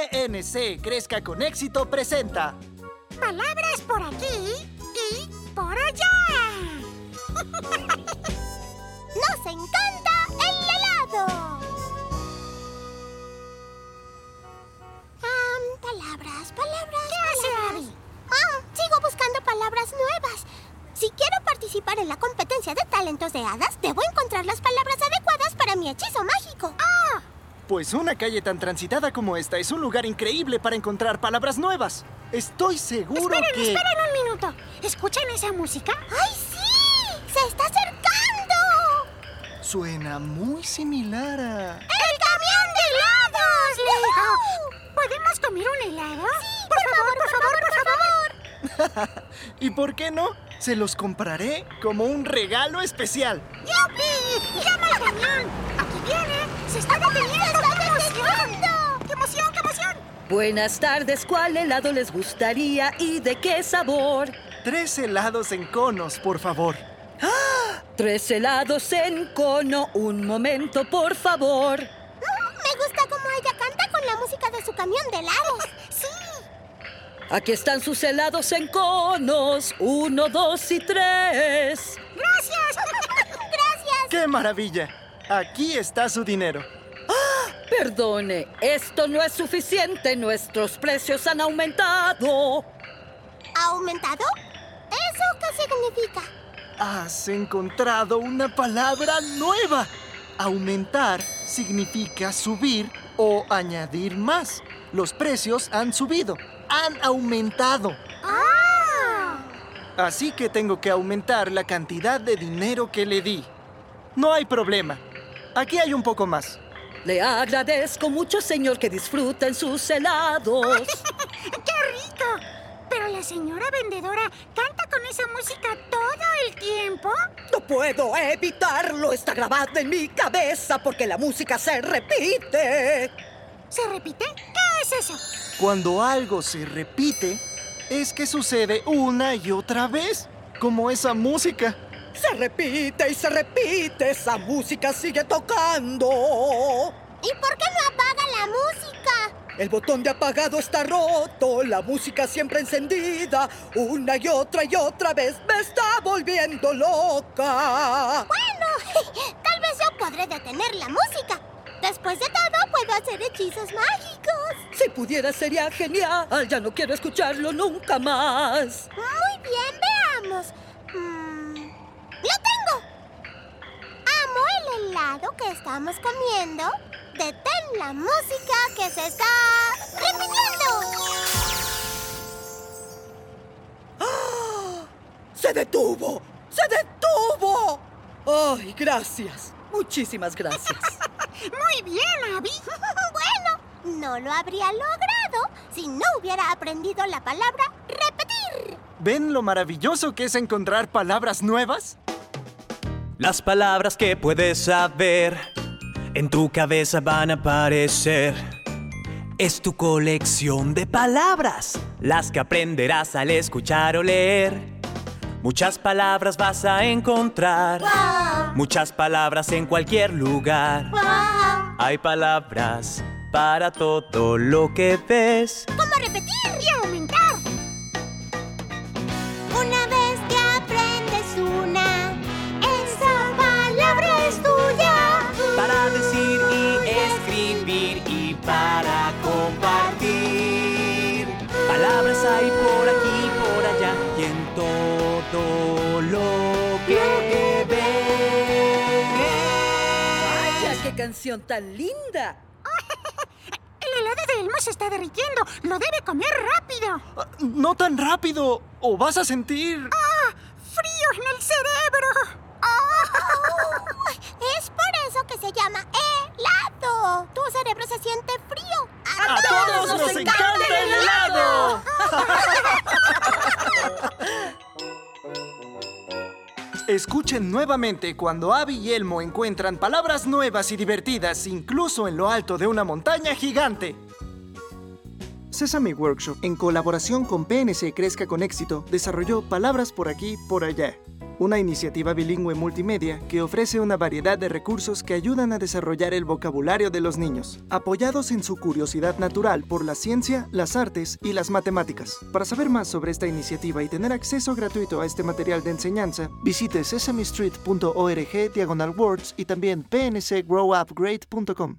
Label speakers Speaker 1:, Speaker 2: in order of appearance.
Speaker 1: BNC Crezca con Éxito presenta
Speaker 2: Palabras por aquí y por allá. ¡Nos encanta el helado! Am, palabras, palabras. ¿Qué hace Ah, sigo buscando palabras nuevas. Si quiero participar en la competencia de talentos de hadas, debo encontrar las palabras adecuadas para mi hechizo mágico. ¡Ah!
Speaker 1: Pues una calle tan transitada como esta es un lugar increíble para encontrar palabras nuevas. Estoy seguro
Speaker 2: esperen,
Speaker 1: que...
Speaker 2: esperen un minuto. ¿Escuchan esa música? ¡Ay, sí! ¡Se está acercando!
Speaker 1: Suena muy similar a...
Speaker 2: ¡El camión de helados, Leo! ¿Podemos comer un helado? Sí, por, favor, por favor, por favor.
Speaker 1: ¿Y por qué no? Se los compraré como un regalo especial.
Speaker 2: ¡Yupi! ¡Llama al camión! ¡Aquí viene! ¡Se está deteniendo! ¡Qué emoción! ¡Qué emoción, qué emoción!
Speaker 3: Buenas tardes, ¿cuál helado les gustaría y de qué sabor?
Speaker 1: Tres helados en conos, por favor.
Speaker 3: Tres helados en cono, un momento, por favor.
Speaker 2: Me gusta cómo ella canta con la música de su camión de helados. ¡Sí!
Speaker 3: Aquí están sus helados en conos, uno, dos y tres.
Speaker 2: ¡Gracias! ¡Gracias!
Speaker 1: ¡Qué maravilla! Aquí está su dinero.
Speaker 3: Perdone, esto no es suficiente, nuestros precios han aumentado.
Speaker 2: ¿Aumentado? ¿Eso qué significa?
Speaker 1: Has encontrado una palabra nueva. Aumentar significa subir o añadir más. Los precios han subido, han aumentado.
Speaker 2: ¡Ah!
Speaker 1: Así que tengo que aumentar la cantidad de dinero que le di. No hay problema. Aquí hay un poco más.
Speaker 3: Le agradezco mucho, señor, que disfruten sus helados.
Speaker 2: ¡Qué rico! Pero la señora vendedora canta con esa música todo el tiempo.
Speaker 3: No puedo evitarlo, está grabado en mi cabeza porque la música se repite.
Speaker 2: ¿Se repite? ¿Qué es eso?
Speaker 1: Cuando algo se repite, es que sucede una y otra vez, como esa música.
Speaker 3: Se repite y se repite, esa música sigue tocando.
Speaker 2: ¿Y por qué no apaga la música?
Speaker 3: El botón de apagado está roto, la música siempre encendida, una y otra y otra vez me está volviendo loca.
Speaker 2: Bueno, tal vez yo podré detener la música. Después de todo, puedo hacer hechizos mágicos.
Speaker 3: Si pudiera sería genial, ya no quiero escucharlo nunca más.
Speaker 2: Muy bien, veamos. Mm, ¡Lo tengo! Amo el helado que estamos comiendo. Detén la música que se está repitiendo.
Speaker 3: ¡Se detuvo! ¡Se detuvo! ¡Ay, gracias! Muchísimas gracias.
Speaker 2: Muy bien, Abby. bueno, no lo habría logrado si no hubiera aprendido la palabra repetir.
Speaker 1: ¿Ven lo maravilloso que es encontrar palabras nuevas?
Speaker 4: Las palabras que puedes saber en tu cabeza van a aparecer. Es tu colección de palabras, las que aprenderás al escuchar o leer. Muchas palabras vas a encontrar, muchas palabras en cualquier lugar. Hay palabras para todo lo que ves.
Speaker 2: ¿Cómo repetir y aumentar? Una vez que aprendes una, esa palabra es tuya.
Speaker 4: para decir y escribir y para compartir. Palabras hay por aquí, por allá y en todo lo que ves.
Speaker 3: ¡Vaya, qué canción tan linda!
Speaker 2: El helado de Elmo se está derritiendo. Lo debe comer rápido.
Speaker 1: Ah, No tan rápido, o vas a sentir...
Speaker 2: ¡Frío en el cerebro! Oh, Es por eso que se llama helado. Tu cerebro se siente frío.
Speaker 1: ¡A todos nos encanta el helado! Escuchen nuevamente cuando Abby y Elmo encuentran palabras nuevas y divertidas, incluso en lo alto de una montaña gigante. Sesame Workshop, en colaboración con PNC Crezca con Éxito, desarrolló Palabras por aquí, por allá. una iniciativa bilingüe multimedia que ofrece una variedad de recursos que ayudan a desarrollar el vocabulario de los niños, apoyados en su curiosidad natural por la ciencia, las artes y las matemáticas. Para saber más sobre esta iniciativa y tener acceso gratuito a este material de enseñanza, visite sesamestreet.org diagonal words y también pncgrowupgrade.com.